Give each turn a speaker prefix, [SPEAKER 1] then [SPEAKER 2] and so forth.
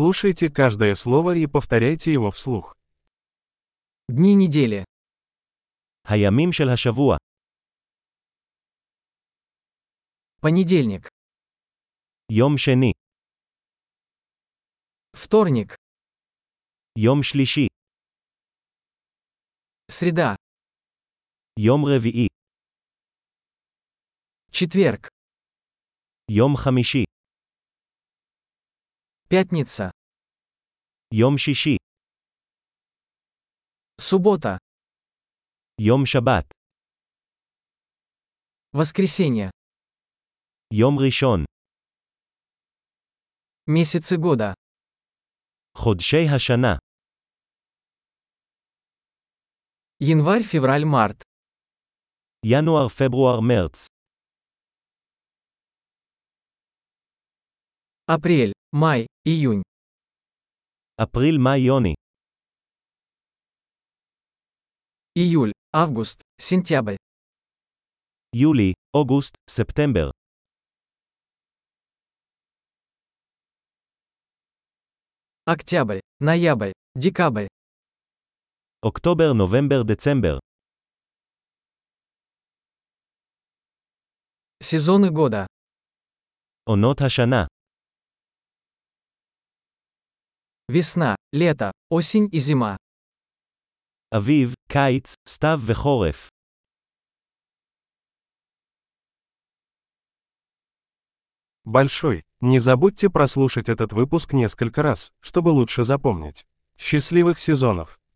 [SPEAKER 1] Слушайте каждое слово и повторяйте его вслух.
[SPEAKER 2] дни недели,
[SPEAKER 3] הימים של השבוע,
[SPEAKER 2] понедельник,
[SPEAKER 3] יום שני,
[SPEAKER 2] вторник,
[SPEAKER 3] יום שלישי,
[SPEAKER 2] среда,
[SPEAKER 3] יום רביעי,
[SPEAKER 2] четверг,
[SPEAKER 3] יום חמישי,
[SPEAKER 2] пятница,
[SPEAKER 3] יום שישי,
[SPEAKER 2] суббота,
[SPEAKER 3] יום שבת,
[SPEAKER 2] воскресенье,
[SPEAKER 3] יום ראשון,
[SPEAKER 2] месяцы года,
[SPEAKER 3] חודשי השנה,
[SPEAKER 2] январь, февраль, март,
[SPEAKER 3] ינואר, פברואר, מרץ,
[SPEAKER 2] апрель, май, июнь,
[SPEAKER 3] אפריל, מאי, יוני,
[SPEAKER 2] июль, август, сентябрь,
[SPEAKER 3] יולי, אוגוסט, ספטמבר,
[SPEAKER 2] октябрь, ноябрь, декабрь,
[SPEAKER 3] אוקטובר, נובמבר, דצמבר,
[SPEAKER 2] сезоны года,
[SPEAKER 3] עונות השנה,
[SPEAKER 2] весна, лето, осень и зима,
[SPEAKER 3] אביב, קיץ, סתיו וחורף,
[SPEAKER 1] Большой. Не забудьте прослушать этот выпуск несколько раз, чтобы лучше запомнить. Счастливых сезонов!